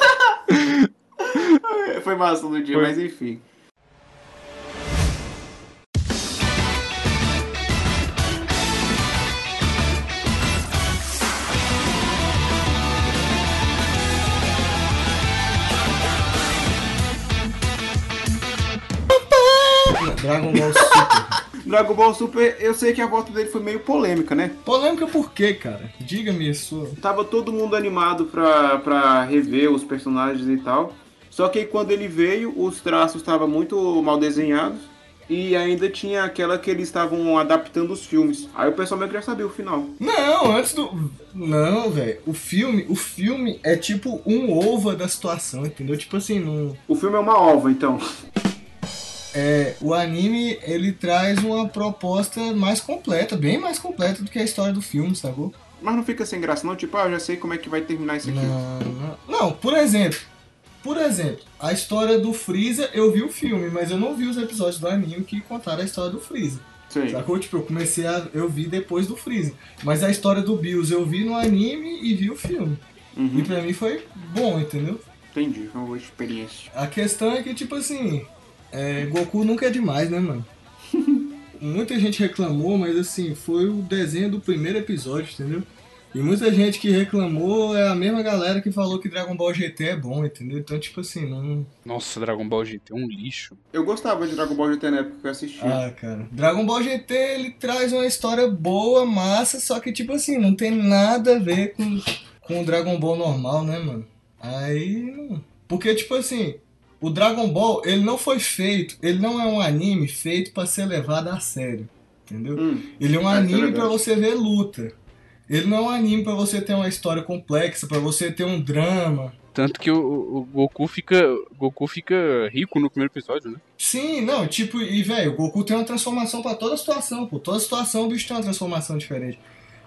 <laughs> Foi massa no dia,
Foi.
mas enfim.
Dragon
<laughs>
Ball Super.
Dragon Ball Super, eu sei que a volta dele foi meio polêmica, né?
Polêmica por quê, cara? Diga-me isso.
Tava todo mundo animado pra, pra rever os personagens e tal. Só que aí quando ele veio, os traços estavam muito mal desenhados. E ainda tinha aquela que eles estavam adaptando os filmes. Aí o pessoal meio que já sabia o final.
Não, antes do. Não, velho. O filme, o filme é tipo um ova da situação, entendeu? Tipo assim, não.
O filme é uma ova, então.
É, o anime ele traz uma proposta mais completa, bem mais completa do que a história do filme, sacou?
<laughs> Mas não fica sem graça, não? Tipo, ah, eu já sei como é que vai terminar isso aqui.
Não, não, não, por exemplo, por exemplo, a história do Freeza eu vi o filme, mas eu não vi os episódios do anime que contaram a história do Freeza.
Sei.
Sacou? Tipo, eu comecei a. Eu vi depois do Freeza. Mas a história do Bills eu vi no anime e vi o filme. E
Uhum,
pra mim foi bom, entendeu?
entendi. Foi uma boa experiência.
A questão é que, tipo assim, é, Goku nunca é demais, né, mano? muita gente reclamou, mas assim, foi o desenho do primeiro episódio, entendeu? E muita gente que reclamou é a mesma galera que falou que Dragon Ball GT é bom, entendeu? Então, tipo assim, não.
Nossa, Dragon Ball GT é um lixo.
Eu gostava de Dragon Ball GT na época que eu assistia.
Ah, cara. Dragon Ball GT ele traz uma história boa, massa, só que, tipo assim, não tem nada a ver com, com o Dragon Ball normal, né, mano? Aí. não- Porque, tipo assim, o Dragon Ball, ele não foi feito, ele não é um anime feito pra ser levado a sério, entendeu?
Hum,
Ele é um
Ah, isso é
anime
verdade.
pra você ver luta. Ele não é um anime pra você ter uma história complexa, pra você ter um drama.
Tanto que o, o Goku fica. Goku fica rico no primeiro episódio, né?
Sim, não, tipo, e velho, o Goku tem uma transformação pra toda situação, pô. Toda situação o bicho tem uma transformação diferente.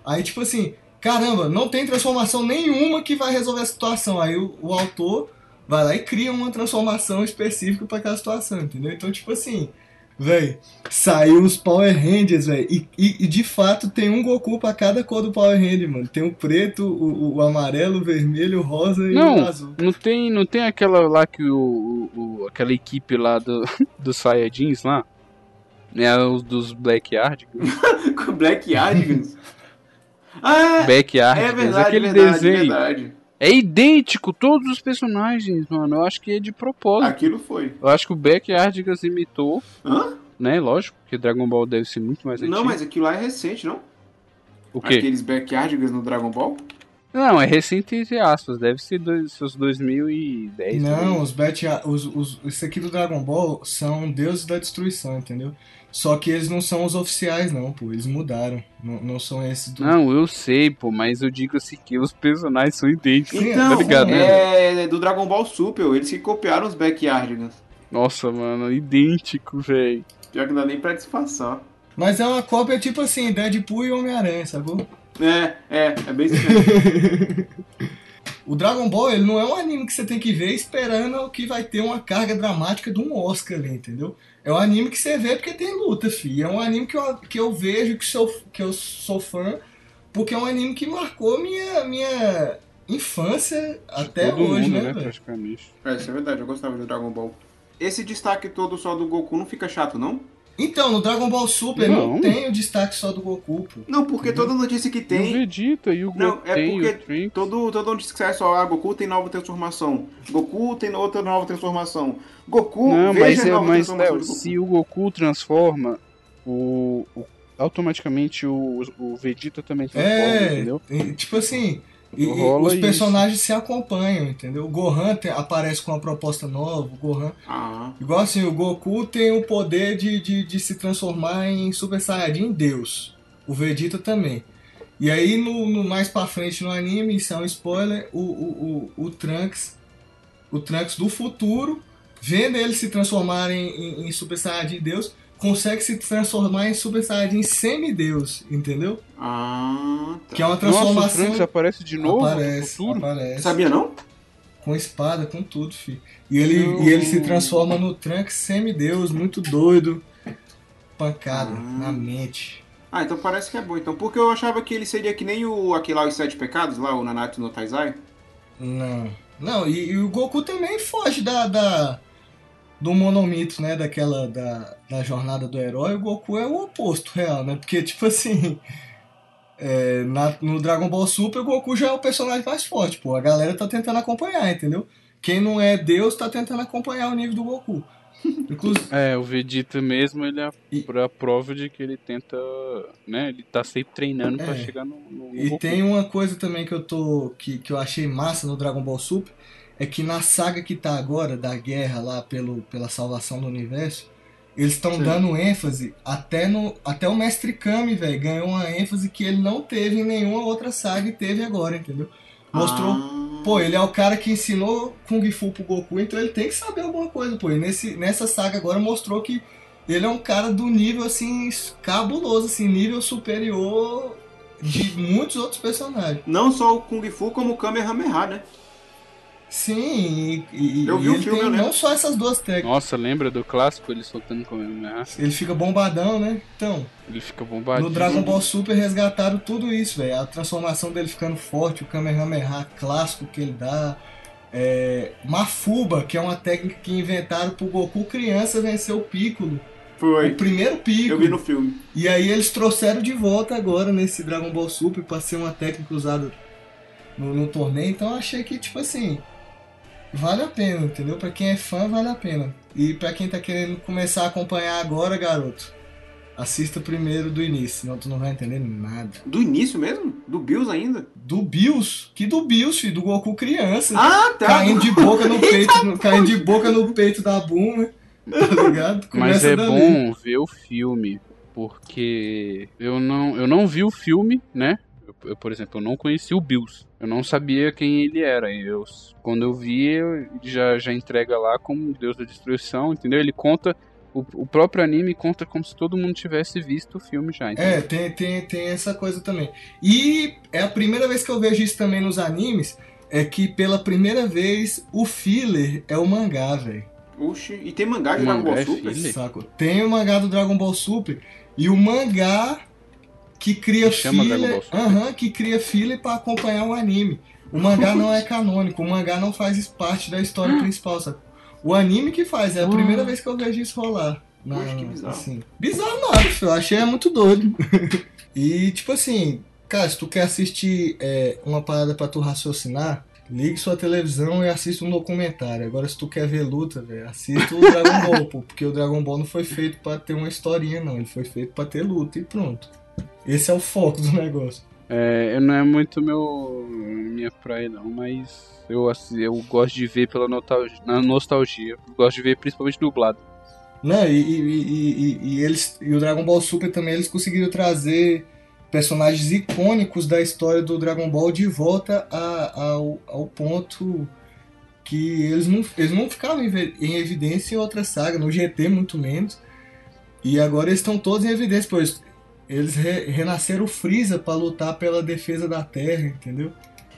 Aí, tipo assim, caramba, não tem transformação nenhuma que vai resolver a situação. Aí o, o autor vai lá e cria uma transformação específica pra aquela situação, entendeu? Então, tipo assim, velho, saiu os Power Rangers, velho. E, e, e, de fato tem um Goku pra cada cor do Power Ranger, mano. Tem o preto, o, o- o amarelo, o vermelho, o rosa e
Não.
o azul.
Não tem, não tem aquela lá que o. o- o- aquela equipe lá do, <laughs> do Saiyajins lá. Né, os dos Black Yard.
<laughs> Com Black <laughs> Yardigans. ah,
Back
<laughs> é
Yard,
verdade,
aquele
verdade,
desenho.
verdade.
É idêntico todos os personagens, mano. Eu acho que é de propósito.
Aquilo foi.
Eu acho que o Beck Ardigas imitou,
Hã?
né? Lógico, porque Dragon Ball deve ser muito mais antigo.
Não, mas aquilo lá é recente, não?
O quê?
Aqueles Backyardigans no Dragon Ball?
Não, é recente entre aspas. Deve ser dois, seus 2010.
Não,
né?
os Bat. Os, os, isso aqui do Dragon Ball são deuses da destruição, entendeu? Só que eles não são os oficiais, não, pô. Eles mudaram. Não, não são esses do.
Não, eu sei, pô, mas eu digo assim que os personagens são idênticos.
Sim,
Então,
tá ligado,
é,
né?
do Dragon Ball Super, eles que copiaram os Backyardigans.
Nossa, mano, idêntico, velho.
Já que não dá nem pra disfarçar.
Mas é uma cópia tipo assim, Deadpool e Homem-Aranha, sacou?
É, é, é bem isso
<laughs>
mesmo.
O Dragon Ball, ele não é um anime que você tem que ver esperando que vai ter uma carga dramática de um Oscar ali, entendeu? É um anime que você vê porque tem luta, fi. É um anime que eu, que eu vejo, que, sou, que eu sou fã, porque é um anime que marcou minha, minha infância até
Todo
hoje,
mundo,
né, velho?
praticamente.
É, isso é verdade, eu gostava do Dragon Ball. Esse destaque todo só do Goku não fica chato, não?
Então, no Dragon Ball Super não,
Não.
tem o destaque só do Goku, pô.
Não, porque
Uhum.
toda notícia que
E o
tem.
Vegeta e o
Não,
Goten
é
e o
porque
Trunks.
todo, toda notícia que sai é só, ah, Goku tem nova transformação. Goku tem outra nova transformação. Goku,
Não,
veja
mas,
a
é,
nova
mas
transformação
Léo,
de Goku.
se o Goku transforma, o, o- automaticamente o, o Vegeta também transforma,
É,
entendeu?
e, tipo assim, e- e
Rola
os
isso.
personagens se acompanham, entendeu? O Gohan te- aparece com uma proposta nova, o Gohan.
Ah,
Igual assim, o Goku tem o poder de, de, de se transformar em Super Saiyajin Deus. O Vegeta também. E aí, no, no- mais pra frente no anime, isso é um spoiler, o, o, o, o Trunks, o Trunks do futuro, vendo ele se transformar em, em- em Super Saiyajin Deus, consegue se transformar em Super Saiyajin Semideus, entendeu?
ah, tá.
Que é uma
Nossa, o
transformação...
Trunks aparece de novo no
aparece,
futuro.
aparece.
Sabia não?
Com espada, com tudo, fi. E ele, e ele se transforma no Trunks semideus, muito doido. Pancada
Ah.
na mente.
Ah, então parece que é bom então. Porque eu achava que ele seria que nem o aquele lá, os Sete Pecados, lá, o Nanatsu no Taizai.
Não. Não, e, e o Goku também foge da, da- do monomito, né? Daquela da, da jornada do herói. O Goku é o oposto real, né? Porque, tipo assim. é, na- no Dragon Ball Super, o Goku já é o personagem mais forte, pô. A galera tá tentando acompanhar, entendeu? Quem não é Deus tá tentando acompanhar o nível do Goku. <laughs> Inclusive.
É, o Vegeta mesmo, ele é
E-
a prova de que ele tenta, né, ele tá sempre treinando pra
É.
chegar no, no no
E
Goku.
tem uma coisa também que eu tô. Que, que eu achei massa no Dragon Ball Super, é que na saga que tá agora, da guerra lá pelo, pela salvação do universo, eles estão dando ênfase até no. Até o Mestre Kami, velho, ganhou uma ênfase que ele não teve em nenhuma outra saga e teve agora, entendeu? Mostrou.
Ah,
Pô, ele é o cara que ensinou Kung Fu pro Goku, então ele tem que saber alguma coisa, pô. E nesse, nessa saga agora mostrou que ele é um cara do nível, assim, cabuloso, assim, nível superior de muitos outros personagens.
Não só o Kung Fu, como o Kamehameha, né?
Sim, e, e-
Eu vi
e
o
ele
filme,
tem
eu lembro.
não só essas duas técnicas.
Nossa, lembra do clássico, ele soltando com a
Ele fica bombadão, né? Então,
ele fica bombadinho.
no Dragon Ball Super resgataram tudo isso, velho. A transformação dele ficando forte, o Kamehameha clássico que ele dá. É, Mafuba, que é uma técnica que inventaram pro Goku criança vencer o Piccolo. O
Foi.
primeiro
Eu vi
Piccolo.
no filme.
E aí eles trouxeram de volta agora nesse Dragon Ball Super pra ser uma técnica usada no, no torneio. Então eu achei que, tipo assim, vale a pena, entendeu? Pra quem é fã, vale a pena. E pra quem tá querendo começar a acompanhar agora, garoto, assista primeiro do início, senão tu não vai entender nada.
Do início mesmo? Do Bills ainda?
Do Bills? Que do Bills, filho? Do Goku criança.
Ah, tá.
Caindo de
<laughs>
boca no peito, no- caindo de boca no peito da Buma, tá ligado?
Mas
Começa
é
dali.
bom ver o filme, porque eu não, eu não vi o filme, né? Eu, eu, por exemplo, eu não conheci o Bills. Eu não sabia quem ele era. E Eu, quando eu vi, eu já, já entrega lá como um Deus da Destruição, entendeu? Ele conta. O, o próprio anime conta como se todo mundo tivesse visto o filme já. entendeu?
É, tem, tem, tem essa coisa também. E é a primeira vez que eu vejo isso também nos animes, é que pela primeira vez o filler é o mangá, velho.
Oxi, e tem mangá de
O
Dragon
mangá
Ball
é
Super?
filho?
Saco. Tem o mangá do Dragon Ball Super e o mangá que cria
Que chama Dragon
filler,
Ball Super.
aham, que cria filler para acompanhar o anime. O mangá não é canônico, o mangá não faz parte da
<gasps>
história principal, sabe? O anime que faz, é a primeira vez que eu vejo isso rolar. Na,
Poxa, que bizarro.
assim. Bizarro nada, filho. Eu achei é muito doido. <laughs> e tipo assim, cara, se tu quer assistir é, uma parada pra tu raciocinar, ligue sua televisão e assista um documentário. Agora, se tu quer ver luta, velho, assista o Dragon Ball, pô, porque o Dragon Ball não foi feito pra ter uma historinha, não. Ele foi feito pra ter luta e pronto. Esse é o foco do negócio.
É, eu não é muito meu minha praia não, mas eu assi- eu gosto de ver pela nostalgia, na nostalgia. Eu gosto de ver principalmente dublado.
Não, Né? e, e- e- e- e eles e o Dragon Ball Super também eles conseguiram trazer personagens icônicos da história do Dragon Ball de volta a- ao, ao ponto que eles não, eles não ficavam em, ve- em evidência em outra saga, no GT muito menos. E agora eles estão todos em evidência, pois eles re- renasceram o Freeza para lutar pela defesa da Terra, entendeu?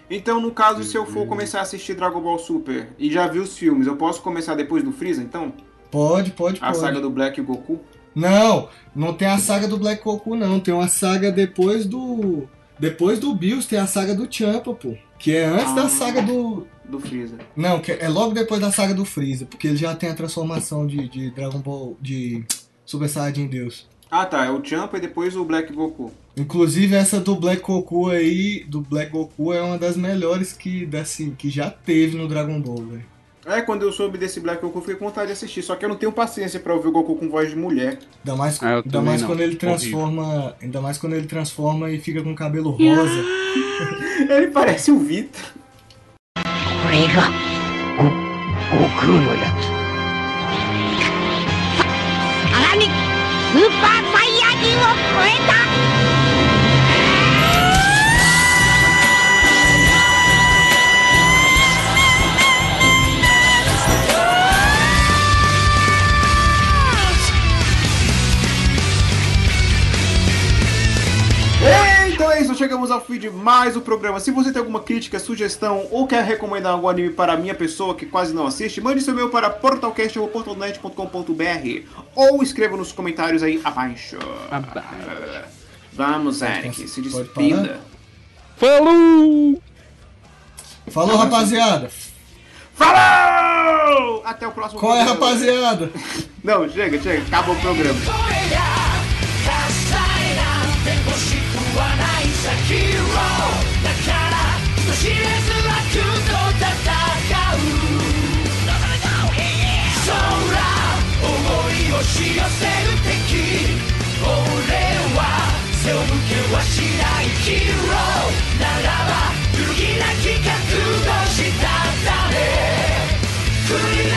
Então, no caso, se eu for começar a assistir Dragon Ball Super e já vi os filmes, eu posso começar depois do Freeza, então?
Pode, pode,
A
pode.
saga do Black e o Goku?
Não, não tem a saga do Black Goku, não. Tem uma saga depois do. Depois do Bills, tem a saga do Champa, pô. Que é antes da
Ah.
saga do.
Do Freeza.
Não, que é logo depois da saga do Freeza, porque ele já tem a transformação de, de Dragon Ball. de Super Saiyajin Deus.
Ah tá, é o Champa e depois o Black Goku.
Inclusive essa do Black Goku aí, do Black Goku é uma das melhores que, assim, que já teve no Dragon Ball, velho.
É, quando eu soube desse Black Goku, eu fiquei com vontade de assistir. Só que eu não tenho paciência pra ouvir o Goku com voz de mulher.
Ainda mais,
Ah, eu
ainda
também
mais
não.
quando ele transforma. Ainda mais quando ele transforma e fica com o cabelo
Ah!
rosa.
Ele parece o Vita.
これがご悟空のやつささらにスーパーサイヤ人を超えた
Então é isso, chegamos ao fim de mais um programa. Se você tem alguma crítica, sugestão ou quer recomendar algum anime para a minha pessoa que quase não assiste, mande seu e-mail para portalcast.net.com.br ou escreva nos comentários aí abaixo. Vamos, Eric, se despida.
Falou!
Falou, rapaziada!
Falou! Até o próximo
Qual é,
programa.
rapaziada?
Não, chega, chega, acabou o programa.
喝彩なんて欲しくはないさヒーローだから人知れず悪と戦う空思いを押し寄せる敵俺は背を向けはしないヒーローならば揺るぎなき覚悟したため繰り出せ世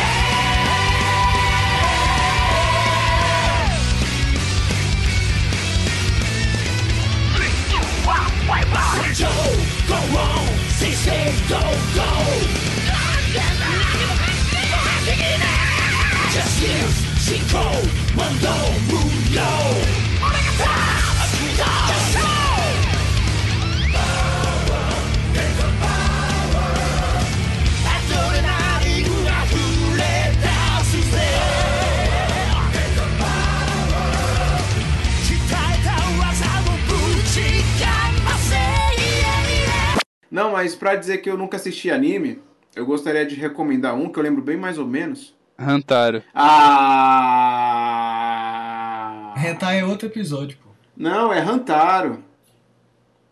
界上ごをせいせいゴーゴージャスティス進行問答無用俺がさ君だアドレナリン溢れ出すぜ鍛えた技をぶちかませ
Não, mas pra dizer que eu nunca assisti anime, eu gostaria de recomendar um que eu lembro bem mais ou menos.
Rantaro.
Ah!
Hentai é outro episódio, pô.
Não, é Rantaro.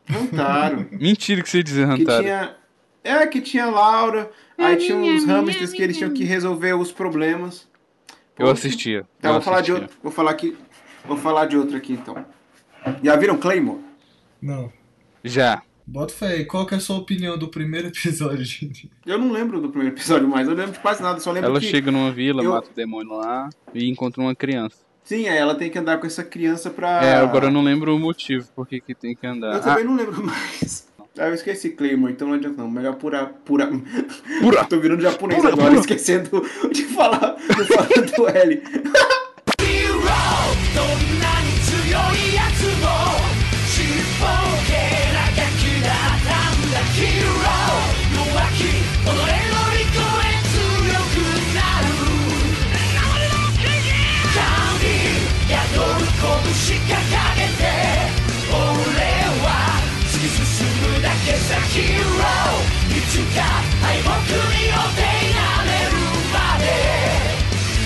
Rantaro.
<laughs> Mentira que você dizer
que
Rantaro.
tinha. É, que tinha a Laura, aí tinha uns hamsters que eles tinham que resolver os problemas.
Eu assistia.
Tá,
eu
vou falar de
assistia.
outro. Vou falar aqui. Vou falar de outro aqui então. Já viram Claymore?
Não.
Já.
Bota fé aí, qual que é a sua opinião do primeiro <laughs> episódio, gente?
Eu não lembro do primeiro <laughs> episódio mais, eu não lembro de quase nada, só lembro
Ela
que.
chega numa vila,
eu-
mata o demônio lá e encontra uma criança.
Sim, é, ela tem que andar com essa criança pra.
É, agora eu não lembro o motivo por que que tem que andar.
Ah. Eu também não lembro mais. Ah, eu esqueci Claymore, então não adianta não. Melhor pura. Pura.
Pura.
<laughs> Tô virando japonês agora, esquecendo de falar, de falar do L. <laughs>
ヒーローどんなに強いやつも尻尾を蹴らなきゃ嫌なんだヒーロー弱き己乗り越え強くなる神宿る拳掲げて俺は突き進むだけさヒーローいつか敗北にお手なれるまで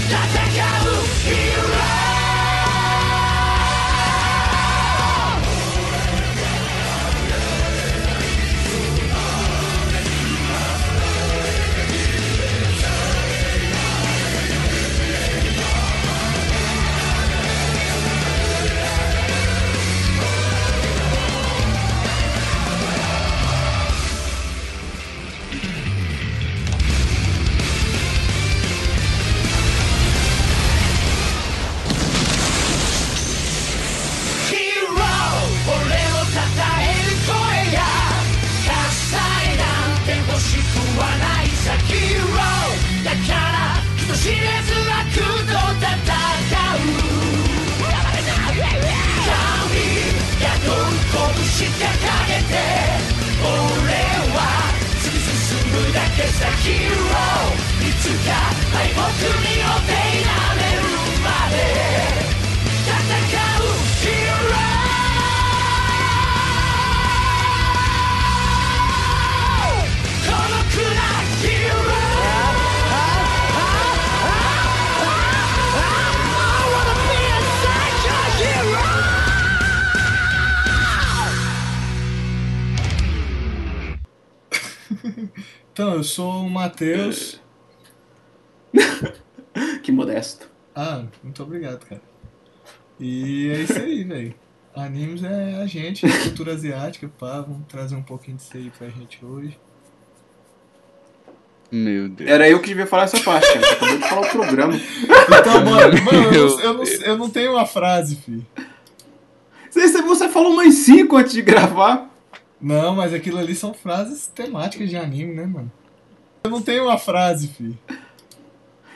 Atacado Hero! Hero 俺を称える声や喝采なんて欲しくはないさヒーローだから人知れず悪と戦う神宿る拳掲げて俺は突き進むだけさヒーローいつか敗北にお手なれるまで戦うヒーロー「孤独なヒーロー」
Então, eu sou o Matheus.
que modesto.
Ah, muito obrigado, cara. E é isso aí, <laughs> velho. Animes é a gente, é cultura asiática, pá. Vamos trazer um pouquinho disso aí pra gente hoje.
Ah, Meu Deus.
Era eu que devia falar essa parte, cara. Você Acabou de falar o programa.
Então, mano, mano eu, não- eu não, eu não tenho uma frase, fi.
Você, você falou mais cinco antes de gravar.
Não, mas aquilo ali são frases temáticas de anime, né, mano? Eu não tenho uma frase, fi.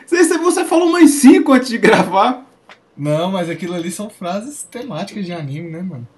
Você, você falou mais cinco antes de gravar.
Não, mas aquilo ali são frases temáticas de anime, né, mano?